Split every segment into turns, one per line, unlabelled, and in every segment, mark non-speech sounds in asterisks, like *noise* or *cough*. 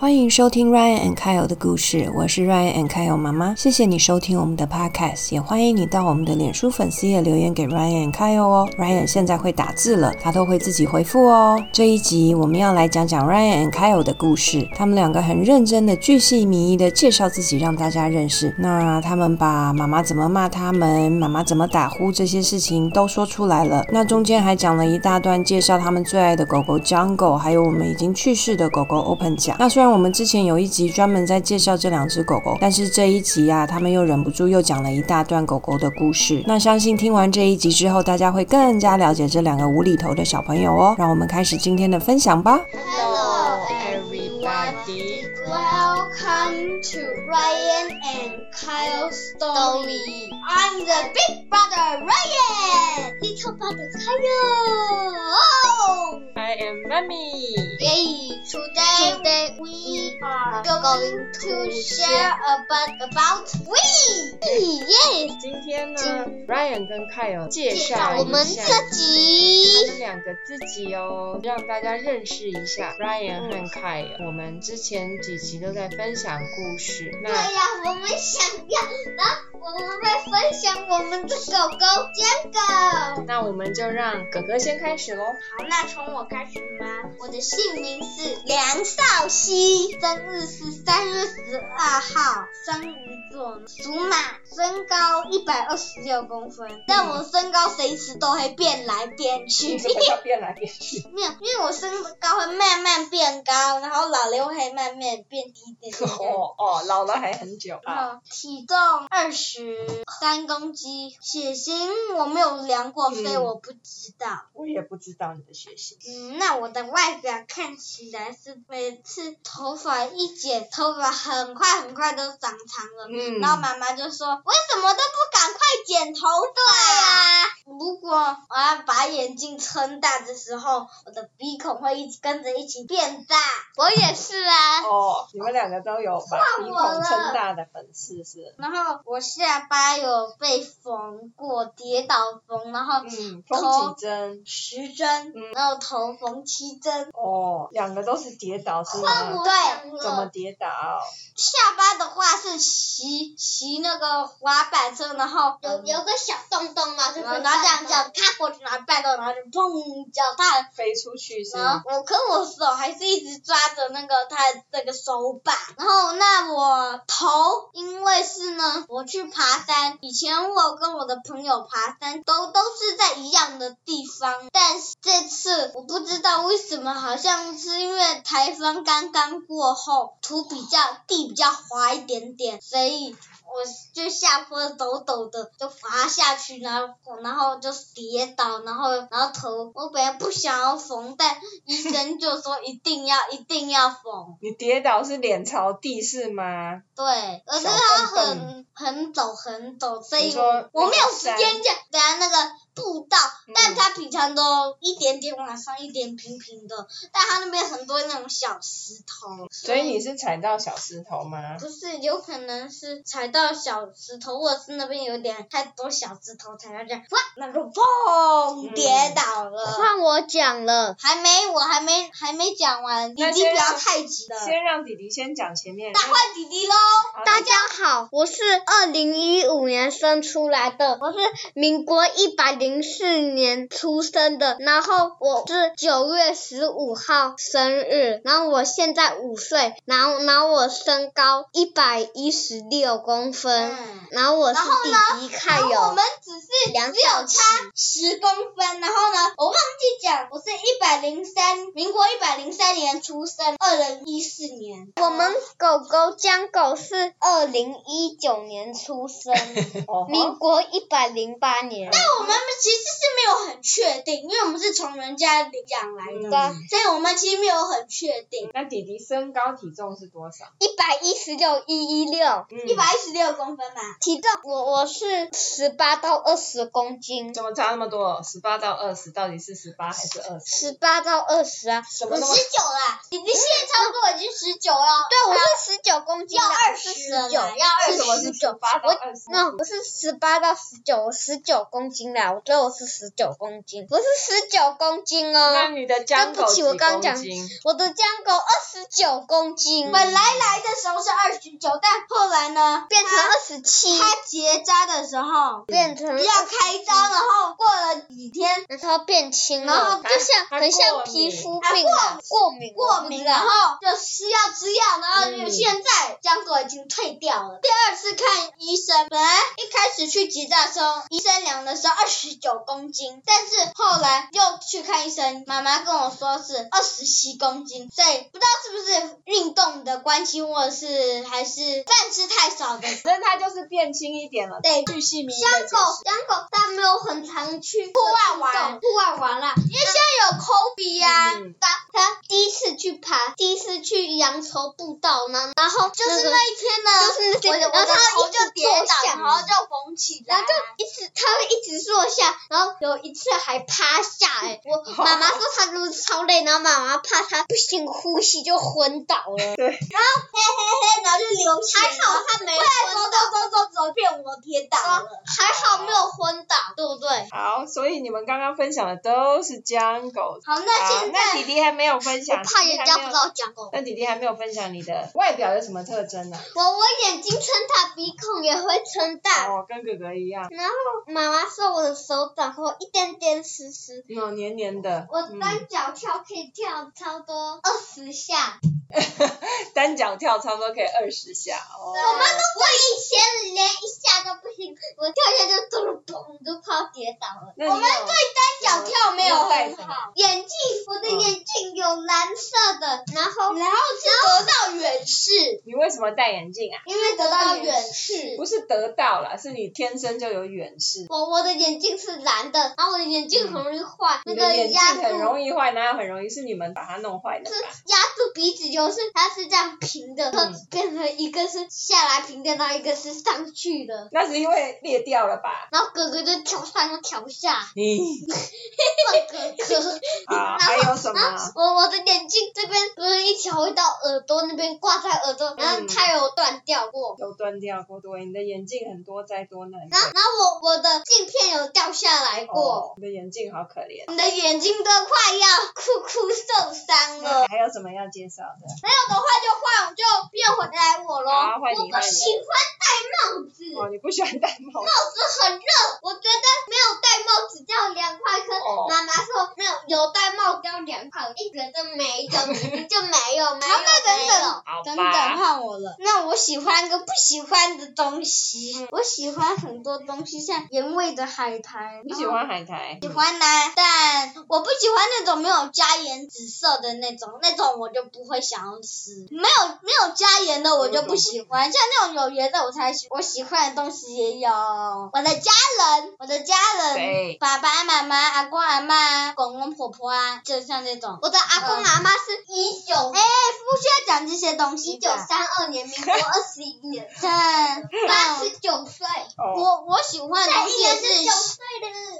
欢迎收听 Ryan and Kyle 的故事，我是 Ryan and Kyle 妈妈。谢谢你收听我们的 Podcast，也欢迎你到我们的脸书粉丝页留言给 Ryan and Kyle 哦。Ryan 现在会打字了，他都会自己回复哦。这一集我们要来讲讲 Ryan and Kyle 的故事，他们两个很认真的、巨细靡遗的介绍自己，让大家认识。那他们把妈妈怎么骂他们，妈妈怎么打呼这些事情都说出来了。那中间还讲了一大段介绍他们最爱的狗狗 Jungle，还有我们已经去世的狗狗 Open 奖。那虽然我们之前有一集专门在介绍这两只狗狗，但是这一集啊，他们又忍不住又讲了一大段狗狗的故事。那相信听完这一集之后，大家会更加了解这两个无厘头的小朋友哦。让我们开始今天的分享吧。
Hello, everybody. Welcome to Ryan and Kyle's story. I'm the big brother Ryan, little brother Kyle. Oh!
I am mommy.
Yay! Today, Today we are going to share about about we. Yes.
今天呢，Ryan 跟 Kyle 介
介
绍
绍我们
一下
自己
他。们两个自己哦，让大家认识一
嗯
下 Ryan 和 Kyle。我们之前几集都在分享故事，
对
那
呀，我们想要，然后我们会分享我们的狗狗坚狗。
那我们就让哥哥先开始喽。
好，那从我开始吗？我的姓名是梁少熙，生日是三月十二号，双鱼座，属马，身高一百二十六公分。但我身高随时都会变来变去
*laughs* 你。怎么要变来变去？
没有，因为我身高会慢慢变高，然后老了会慢慢变低的。
*laughs* 哦哦，老了还很久啊。
嗯，体重二十三公斤，血型我没有量过，所以
嗯
我不知道。
我也不知道你的血型。
嗯，那我的外表看起来是每次头发一剪，头发很快很快都长长了。
嗯
然后妈妈就说：“为什么都不赶快剪头发
啊
呀、如果我要把眼睛撑大的时候，我的鼻孔会一起跟着一起变大。我也是啊。
哦，你们两个都有把鼻
换我了
孔撑大的粉刺是？
然后我下巴有被缝过，跌倒缝，然后
嗯，
头
缝几针？
十针，然后头缝七针。
哦，两个都是跌倒是
换
吗
我？对，
嗯怎么跌倒？
下巴的话是骑骑那个滑板车，然后有有个小洞洞嘛，然后然后这样脚踏过去，然后绊到，然后就砰，脚踏。
飞出去是
然
吗？
后我可我手还是一直抓着那个他的这个手把，然后那我头，因为是呢，我去爬山，以前我跟我的朋友爬山都都是在一样的地方，但是这次我不知道为什么，好像是因为台风刚刚过后，土比较地比较滑一点点，所以我就下坡抖抖的就滑下去，然后然后就跌倒，然后然后头我本来不想要缝，但 *laughs* 医生就说一定要一定要缝，
你跌倒是脸朝地是吗？
对，可是
小
它
笨笨
很很陡很陡，所
你
以
说
我我没有时
山
间讲等下那个步道，
嗯
但它平常都一点点往上，一点平平的，但它那边很多那种小石头，
所以你是踩到小石头吗？
不是，有可能是踩到小石头，或者是那边有点太多小石头踩到这样，哇，那个砰
嗯
跌倒了。
换我讲了，
还没，我还没还没讲完，弟
那
弟不
先
要
让
太急了，
先让弟弟先讲前面。
那换弟弟喽。
好
大家好，我是二零一五年生出来的，我是民国一百零四年出生的，然后我是九月十五号生日，然后我现在五岁，然后然后我身高一百一十六公分，
嗯，
然后我是
然后呢
弟弟
然
看
后我
友
们只是
梁
只有
少
差十公分，然后呢，我忘记讲，我是一百零三，民国一百零三年出生，二零一四年。
我们狗狗江狗是二零一九年出生，
哦
民
吼，
国一百零八年。
我们其实是没有很确定，因为我们是从人家领养来的，
嗯
所以我们其实没有很确定。
那弟弟身高体重是多少？
一百一十六一一六，
嗯
一百一十六公分嘛，
体重我我是十八到二十公斤，
嗯怎么差那么多？十八到二十，到底是十八还是二十？
十八到二十啊，
什
我
么
十
那么？
九啦，已经现在超过已经十九了。
对，我是十九公斤的，
要20
十
了啦
九，
要
是
20
我十九，
八到
我
二十，
那不是十八到十九，我十九公斤啦，我觉得我是十九公斤，不是十九公斤
那
哦，
你的江狗
对不起
几
我刚
公
讲
斤？
我的江狗二十九公斤，
本来来的时候是二十九，但后来呢，
变成
它
二十七，
它结扎的时候
变成
要开张，然后过了几天
然后变轻了，
然后
就像
它
很像
过敏
皮肤
它
病啊，过敏，
过
我不
敏，
知
然
道
后就吃药吃药，然后
嗯
现在浆果已经退掉了。第二次看医生，本来一开始去结扎的时候，医生量的时候二十九公斤，但是后来又去看医生，妈妈跟我说是二十七公斤，所以不知道是不是运动的关系，或者是还是饭吃太少的
反正它就是变轻一点了。
对
巨细靡遗
香
的
狗
解释。，
香狗它没有很常去户外玩，户外玩啦，因为现在有 Kobe 呀、啊，
嗯
它它
第一次去爬，第一次去羊稠步道呢，然后就
就是
是
那一天呢，
就是那些
我的
然
我
后
的
它
头
一
就
直
跌
坐
倒，
下
然后就缝起来，
然后就一直它会一直坐下，然后有一次还趴下、 *laughs* 哎，我妈妈说它就是超累，然后妈妈怕它不行呼吸就昏倒
*laughs*
了，
嘿，然后就流血，
还好它没
走
昏倒，
走走走走，变我跌倒了。
还好没有昏倒，对不对？
好，所以你们刚刚分享的都是江狗。
好，那
好
现，
啊
那
在
弟弟还没有分享，
我怕
弟弟
人
还
家
没
不
有
知道讲哦。
那弟弟还没有分享你的外表有什么特征呢、
我我眼睛撑大，鼻孔也会撑
啊
大。
哦，跟哥哥一样，
妈妈说我的手掌会有一点点湿湿。
有黏黏的。
我
嗯
单脚跳可以跳超多二十下，
嗯单脚跳差不多可以二十下哦。
我妈都我以前连一下都不行，我跳下就咚咚咚就快要跌倒了。
那你有
单脚跳没有
戴
很
什
好，
么？
眼镜，我的眼镜有蓝色的，然后
然后是得到远视，
你为什么戴眼镜啊？
因为得到远视。
不是得到啦，是你天生就有远视。
我我的眼镜是蓝的，然后我的眼镜很容易坏，
你
那
的
个
眼镜
压
很
住
容易坏，哪有很容易？是你们把它弄坏的吧？
压住鼻子就是它是这样平的，然后变成一个是下来平的，然后一个是上去的。
那是因为裂掉了吧？
然后哥哥就跳上又跳下，
咦，
问哥哥。
啊，还
然后
有什
然
么
后？我我的眼镜这边不是一条会到耳朵那边挂在耳朵，然后
嗯
它有断掉过。
都断掉过多，你的眼镜很多灾多难。
然后然后我我的镜片有掉下来
哦，
过，
你的眼镜好可怜。
你的眼睛都快要哭哭受伤了。
那哦还有什么要介绍的？
没有的话就换，就变回来我咯。
好换
我
你
不
换
喜
你。
欢戴帽子，
哦，你不喜欢戴帽子？
是很热，我觉得没有戴帽子要凉快，可
哦
妈妈说没有有戴帽子要凉快，我一
觉得没有，明明就没有，没有，
好，那等
没有。
等，
好
等
吧
等换我了。那我喜欢跟不喜欢的东西，
嗯
我喜欢很多东西，像原味的海苔。
你喜？欢海苔？
喜欢呢、但我不喜欢那种没有加盐紫色的那种，那种我就不会想要吃。没有没有加盐的我就不喜欢，像那种有盐的我才喜。我喜欢的东西也有，我的家人，我的家人。
谁？
爸爸妈妈、阿公阿妈、公公婆婆啊，就像这种。我的阿公
嗯
阿妈是
一九
哎，不需要讲这些东西
一
的
九。三二年，民国二十一年，
看，
*laughs* 八十九岁，
哦，
我我喜欢的东西也是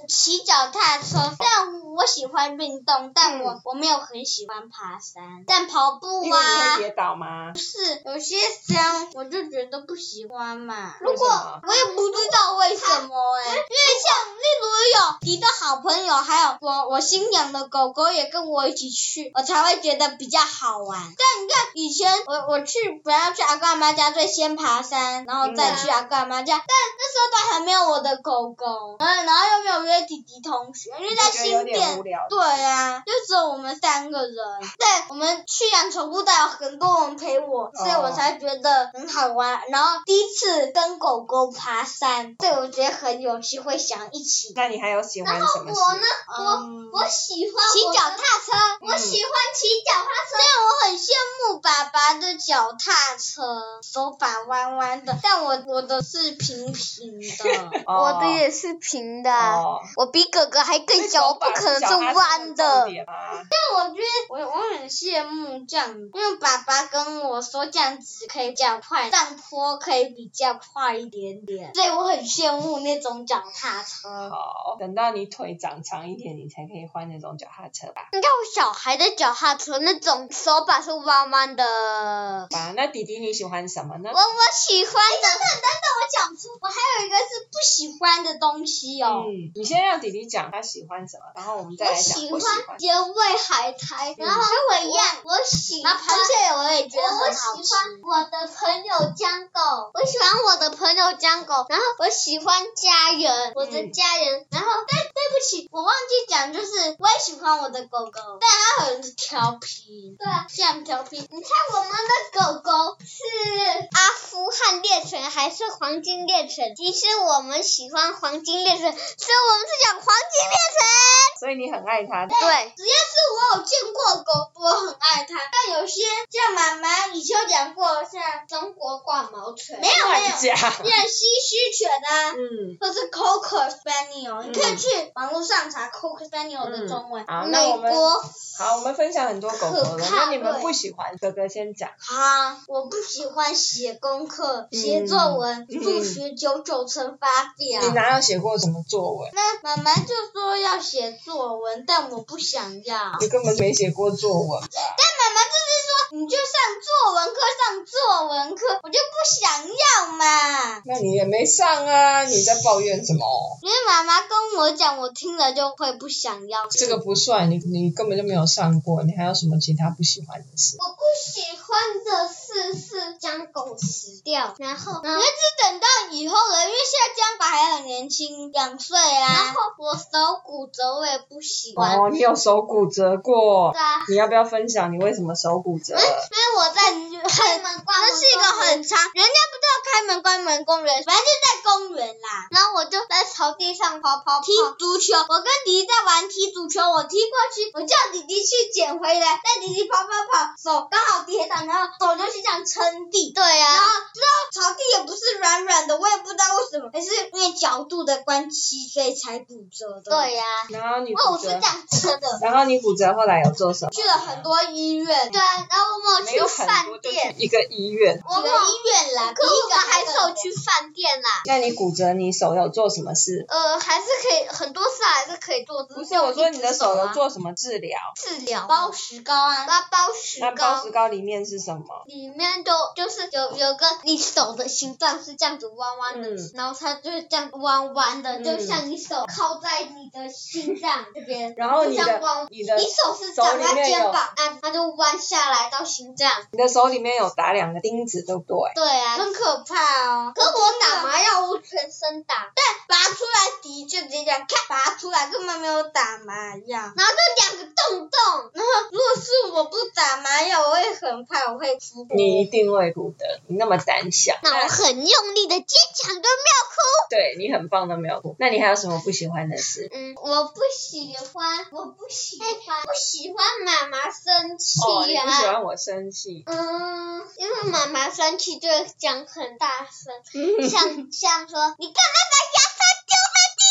骑脚踏车，但我喜欢运动，但
嗯
我我没有很喜欢爬山，但跑步
因为你会
啊，
跌倒吗？
是有些山我就觉得不喜欢嘛。
为什么？
我也不知道为什么哎、因为像例如有你的好朋友，还有我我新养的狗狗也跟我一起去，我才会觉得比较好玩。但你看以前我我去本来要去阿公阿妈家，最先爬山，然后
嗯
再去阿公阿妈家，但那时候都还没有我的狗狗，然后然后又没有约弟弟同学，因为在
你觉得有
新
点
店
无。聊。
对啊，就只有我们三个人。对，我们去养宠物的有很多人陪我，所以我才觉得很好玩。然后第一次跟狗狗爬山，对我觉得很有趣，会想一起。
那你还有喜欢什么
我
事？
呢，
嗯，
我喜欢
骑
我
脚踏车，
我
喜欢骑脚踏车，
我很羡慕爸爸的脚踏车，手把弯弯的，但我我的是平平 *laughs* 的。
哦
我的也是平的。
哦，
我比哥哥还更小，我不可能是弯
脚踏车
的
重。点啊
但我觉得我我很羡慕这样，因为爸爸跟我说这样子可以比较快，上坡可以比较快一点点，所以我很羡慕那种脚踏车。
好，等到你腿长长一点，你才可以换那种脚踏车吧。
你看我小孩的脚踏车那种手把是弯弯的，
嗯
好吧，那弟弟你喜欢什么呢
我？我喜欢的，等等等等，我讲出，我还有一个是不喜欢的东西哦。
嗯，你先让弟弟讲他喜欢什么，然后我们再
我
来讲
喜
不喜
欢
欢。
原味海苔，然后跟我一样，我喜欢。
蟹我也
我喜欢我的朋友江狗，我喜欢我的朋友江狗，然后我喜欢家人，我的家人，然后但对不起，我忘记讲，就是我也喜欢我的狗狗，但它很调皮，对啊，是很调皮。你看我们的狗狗是
阿富汗猎犬还是黄金猎犬？其实我们喜欢黄金猎犬，所以我们是讲黄金猎
所以你很爱他。
犬。对，
只要是我有见过狗，我很爱它。但有些像妈妈以前有讲过，像中国挂毛犬，没有没有
乱，讲。
*laughs* 像西施犬啊，
嗯，
或是 Cocker Spaniel，、
嗯
你可以去网络上查 Cocker Spaniel 的中文。
好，那
美
我们
国
好，我们分享很多狗狗了
可。怕
那你们
对
不喜欢，哥哥先讲。
啊，我不喜欢写功课、写
嗯
作文、
嗯
数学九九乘法表。
你哪有写过什么作文？
那妈妈就说要写作文，但我不想要。
你根本没写过作文吧？
妈妈就是说，你就上作文课，上作文课，我就不想要嘛。
那你也没上啊，你在抱怨什么？
因为妈妈跟我讲，我听了就会不想要。
这个不算，你你根本就没有上过，你还有什么其他不喜欢的事？
我不喜欢的事是将狗死掉，然后
然
因
后
为是等到以后了，因为现在江狗还很年轻，两岁啊。然后我手骨折，我也不喜欢。
嗯哦，你有手骨折过
对，啊，
你要不要分享你为什么手骨折？
因为我在很，
门关
那是一个很长，人家不知道开门关门公园，反正就在公园啦。然后我就在草地上跑跑跑，踢足球。我跟弟弟在玩踢足球，我踢过去，我叫弟弟去捡回来，但弟弟跑跑跑，手刚好跌倒，然后手就去这样撑地。
对
然后
啊，
之后草地也不是软软的，我也不知道为什么，还是因为角度的关系，所以才骨折的。
对
呀、
呀、
然后你
哦，
骨
我是这
折，
样吃的。
然后你骨折后来有做什么？
去了很多医院，对，
啊
然后我
没有
去
很
饭
多，就是
店，
一个医院。
我们医院啦，
可
第一
我
个
们还是有
受
去饭店啦。
那你骨折，你手有做什么事？
呃，还是可以很多事还是可以做，只
不
是
是，我说你的手有
啊
做什么治疗？
治疗
包石膏啊，
包包石
那包
膏
石膏里面是什么？
里面就就是有有个你手的形状是这样子弯弯的，
嗯
然后它就是这样弯弯的，
嗯
就像你手靠在你的心脏这边，
然后你
就像
的
弯。
你的
你手是
呃手
长
里
在
面
肩
有
膀啊，它就弯下来到心脏。
你的手里面有打两个钉子，对不对？
对啊，
很可怕哦。
可我打麻药，我全身打，但
拔出来的就直接这样，看拔出来根本没有打麻药。
然后就两个洞洞，
然后如果是我不打麻药，我会很怕，我会哭。
你一定会哭的，你那么胆小，
那我
那
很用力的坚强的没
对你很棒都没有哭。那你还有什么不喜欢的事？
有哭。嗯，我不喜欢，我不喜欢，哎不喜欢妈妈生气
哦，你
呀、
不喜欢我生气，
嗯，因为妈妈生气就会讲很大
嗯
声，嗯像像说你干嘛把牙刷丢
*laughs*
在地上？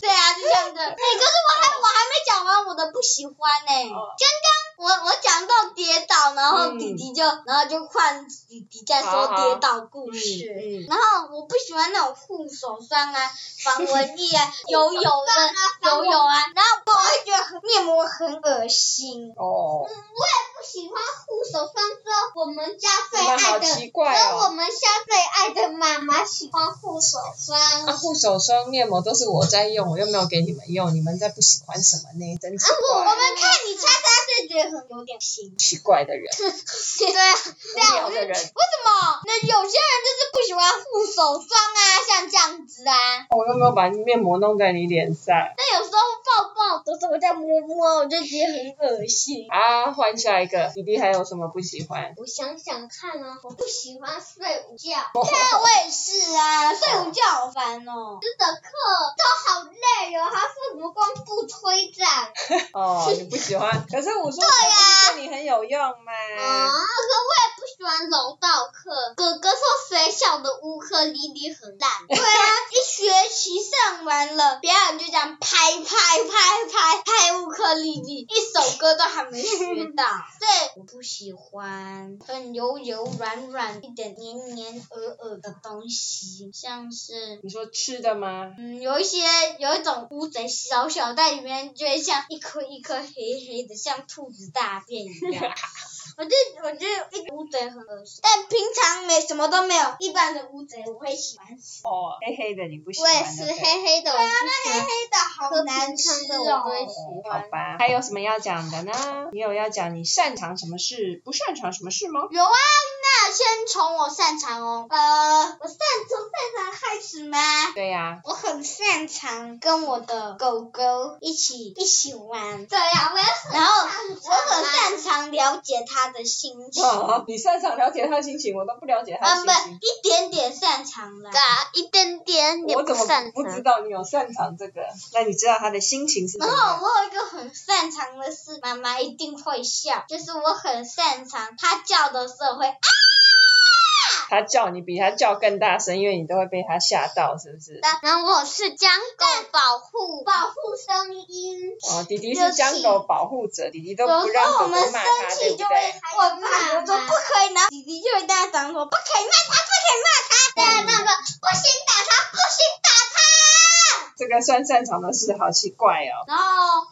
对啊，就这样的。哎、可是我还我还没讲完我的不喜欢呢、
哦
刚刚我我讲到跌倒，然后
嗯
弟弟就、然后就换弟弟在
好
说
好
跌倒故
嗯
事。
嗯，
然后我不喜欢那种护手霜啊、防蚊液
*laughs*
啊、游泳的游泳啊，然后我会觉得很面膜很恶心。
哦，
不喜欢护手霜之后，我们家
你
最
们
爱
好
的，
奇怪
跟我
哦。
们家最爱的妈妈喜欢护手霜。
那啊护手霜、面膜都是我在用，我又没有给你们用，你们在不喜欢什么呢？真奇
我
怪，
们看你擦擦就觉得很有点腥。
奇怪的人，
对啊，
无
对啊，
聊
我就
的人。
为什么？那有些人就是不喜欢护手霜啊，像这样子啊。
我又没有把面膜弄在你脸上
但有时候抱抱的时候再摸摸，我就觉得很恶心。
啊！换下一个，弟弟还有什么不喜欢？
我想想看啊，我不喜欢睡午觉，
那我也是啊，睡午觉好烦哦。
都好累哦，还父母光不推展。
哦，你不喜
*laughs*
欢，可是我说这不是对你很有用吗？
啊，可我也不喜欢柔道课。哥哥说学校的乌克丽丽很烂，
对啊，一学期上完了，别人就这样拍拍拍拍拍乌克丽丽，一首歌都还没学
*laughs*
到。对，我不喜欢很油油软软、一点黏黏鹅鹅的东西，像是。
你说吃的吗？
嗯，有一些有一种乌贼，小小袋里面就会 *laughs* 像一颗一颗黑黑的，像兔子大便一样。我就我就一乌贼很恶心，但平常没什么都没有，一般的乌贼我会喜欢吃。
哦，黑黑的你不喜
我
欢？
也是
对不对
黑黑的，我不喜欢。
黑的好
喝
难
平
吃
常的我不会
哦。
喜
好
欢。
吧，还有什么要讲的呢？你有要讲你擅长什么事，不擅长什么事吗？
有啊，那先从我擅长哦。呃，我擅从擅长开始吗？
对呀、
我很擅长跟我的狗狗一起一起玩，对呀、我也很然后我很擅长了解它的心
*laughs*
情，
哦，你擅长了解他心情，我都不了解他
啊
心
不，
情。
一点点擅长啦。
嘎，一点点也
我
不
怎
擅
么不
长
知。道你有擅长这个？那你知道他的心情是什
然
么
后
样？
我有一个很擅长的事，妈妈一定会笑，就是我很擅长它叫的时候会啊，
他叫你比他叫更大声，因为你都会被他吓到，是不是？
然后我是将狗保护，
啊保护声音。
哦，弟弟是将狗保护者，弟弟都不
有时
让
候我
狗狗
们
骂
生
他，对
气
不
就会
对？
喊我骂，我说不可以，然后弟弟就会大声说不可以骂他，不可以骂他，对啊，那个不行打他，不行打他。
这个算擅长的事，好奇怪哦。
然后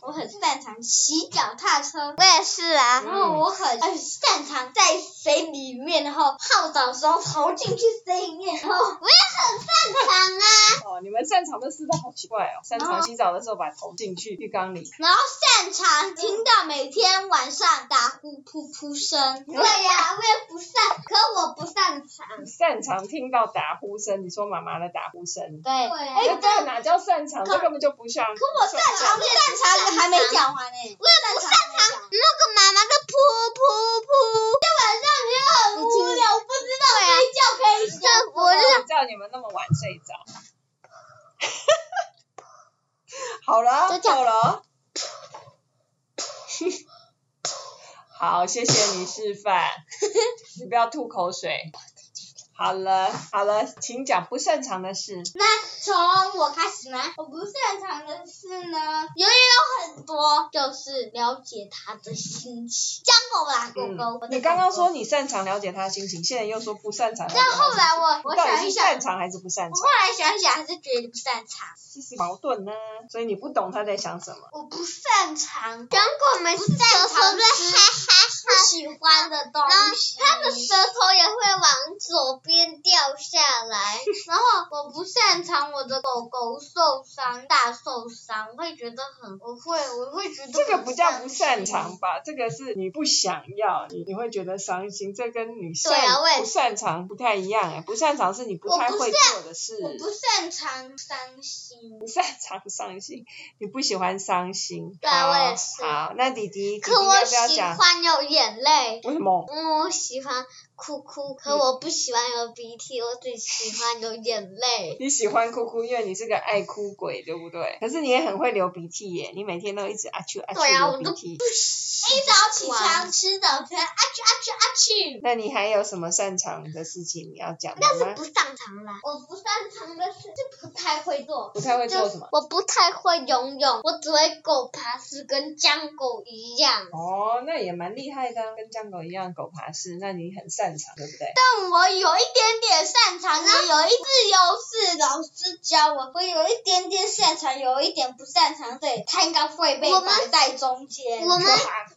我很擅长骑脚踏车，
我也是啊。
然后我很很擅长在水里面，然后泡澡的时候投进去水里面，然后我也很擅长啊。
哦，你们擅长的事都好奇怪哦。擅长洗澡的时候把头进去浴缸里，
然后擅长听到每天晚上打呼噗噗声。对啊呀、我也不擅，可我不擅长。
擅长听到打呼声。你说妈妈的打呼声，
对，哎、
那
对。
这个哪叫擅长？
可
这根本就不像。可
我擅长，擅长还没讲完呢、我也不擅长。
那个妈妈的噗
晚上你就很无聊，不知道睡觉可以睡。
噗噗，我是
叫你们那么晚睡
*laughs*
着。好了，
就这样
够了。好，谢谢你示
*laughs*
范，你不要吐口水。好了，好了，请讲不擅长的事。
从我开始吗？我不擅长的事呢，有也有很多，就是了解他的心情。讲狗啦，狗狗。我的
嗯你刚刚
狗狗
说。你擅长了解他的心情，现在又说不擅长了解
但
他
后
的心情。
来我我
你到底
想
是
一想，
擅
我
长还是不擅长？
后来想一想还是觉得不擅长。
这是矛盾呢、所以你不懂他在想什么。
我不擅长，
刚过每次
擅
舌头
长
在哈
不
哈哈，
喜欢的东西。
他的舌头也会往左边掉下来。
然后我不擅长我的狗狗受伤，大受伤，我会觉得很，我会，我会觉得
这个
很
不叫
伤
不
心
擅长。吧，这个是你不想要，你你会觉得伤心，这跟你擅、
对啊我也
不擅长不太一样哎、不擅长是你不太会做的事，
我不擅长伤心，
不擅长伤心，你不喜欢伤心。
对啊
好
我也是
好，那弟弟，弟弟
可
要
我
不要
喜
讲？
欢有眼泪，
为什么？
因为我喜欢哭哭，可我不喜欢有鼻涕，我只喜欢有眼 *laughs* 泪。
你喜欢哭哭，因为你是个爱哭鬼，对不对？可是你也很会流鼻涕耶，你每天都一直啊去啊
对啊
去
我
流
都
鼻涕。
一早起床
哇
吃早餐，啊去啊去啊去。
那你还有什么擅长的事情你要讲的
但是
吗？
不擅长啦，
我不擅长的事就不太会做，
不太会做
就
什么？
我不太会游泳，我只会狗爬式跟江狗一样。
哦，那也蛮厉害的啊，跟江狗一样狗爬式，那你很擅长，对不对？
但我有一点点擅长，也有一自由是老师教我，我有一点点擅长，有一点不擅长，所以他应该会被
我们
绑在中间。
我们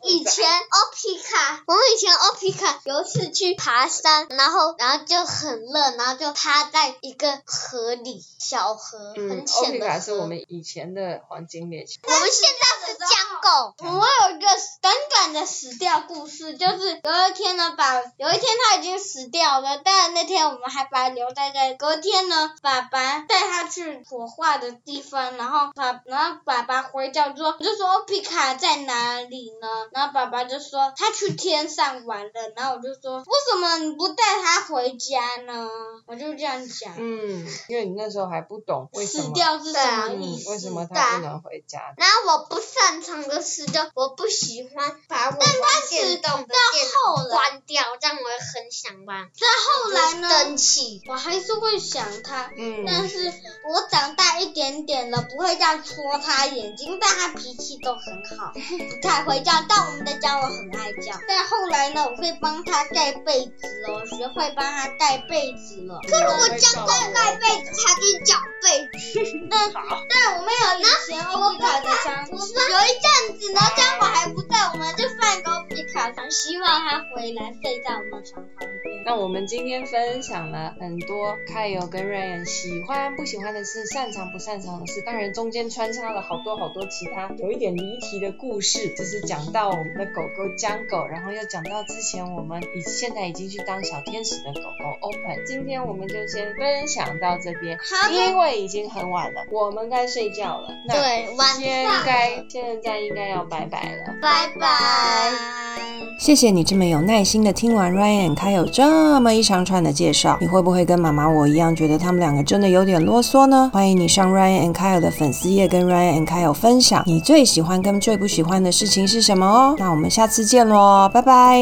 以前欧皮卡，我们以前欧皮卡有一次去爬山，然后然后就很热，然后就趴在一个河里，小河，
嗯
很
欧
浅
皮
的
卡
河。
是我们以前的黄金猎犬。
我们现在是江狗，
我有一个短短的死掉故事，就是有一天呢，把有一天他已经死掉了，但那天我们还把他留在这。隔天呢，爸爸带他去火化的地方，然后爸，然后爸爸回家就说，我就说欧皮卡在哪里呢？然后爸爸就说他去天上玩了。然后我就说，为什么你不带他回家呢？我就这样讲，
嗯，因为你那时候还不懂为什
死
么，
掉是什么
嗯，
意思？
为什么
对
它
啊
不能回家？
然后我不擅长的事就我不喜欢把我
嗯
玩电动的电
到后
脑
来
关掉，这样我也很想玩。
后来呢？
生气，
我还是会想他，
嗯，
但是我长大一点点了，不会这样戳他眼睛，但他脾气都很 *laughs* 好，不太会叫。但我们的家我很爱叫。但后来呢，我会帮他盖被子哦，学会帮他盖被子了。
可是我
我将
江嗯
盖盖被子，他就叫
废 *laughs* 纸，但
好，
但我们有以前欧皮卡的枪，我们有一阵 *laughs* 子，然后张宝还不在，我们就放个欧皮卡枪，希望他回来睡在我们床旁边。
那我们今天分享了很多凯友跟瑞恩喜欢不喜欢的事，擅长不擅长的事，当然中间穿插了好多好多其他有一点离题的故事，就是讲到我们的狗狗江狗，然后又讲到之前我们已现在已经去当小天使的狗狗 Open。今天我们就先分享到这边，
好的，
因为已经很晚了，我们该睡觉了。那
对，晚
今天应该现在应该要拜拜了。
拜拜。
谢谢你这么有耐心的听完 Ryan 他有这么一长串的介绍，你会不会跟妈妈我一样觉得他们两个真的有点啰嗦呢？欢迎你上 Ryan and Kyle 的粉丝页跟 Ryan and Kyle 分享你最喜欢跟最不喜欢的事情是什么哦。那我们下次见喽，拜拜。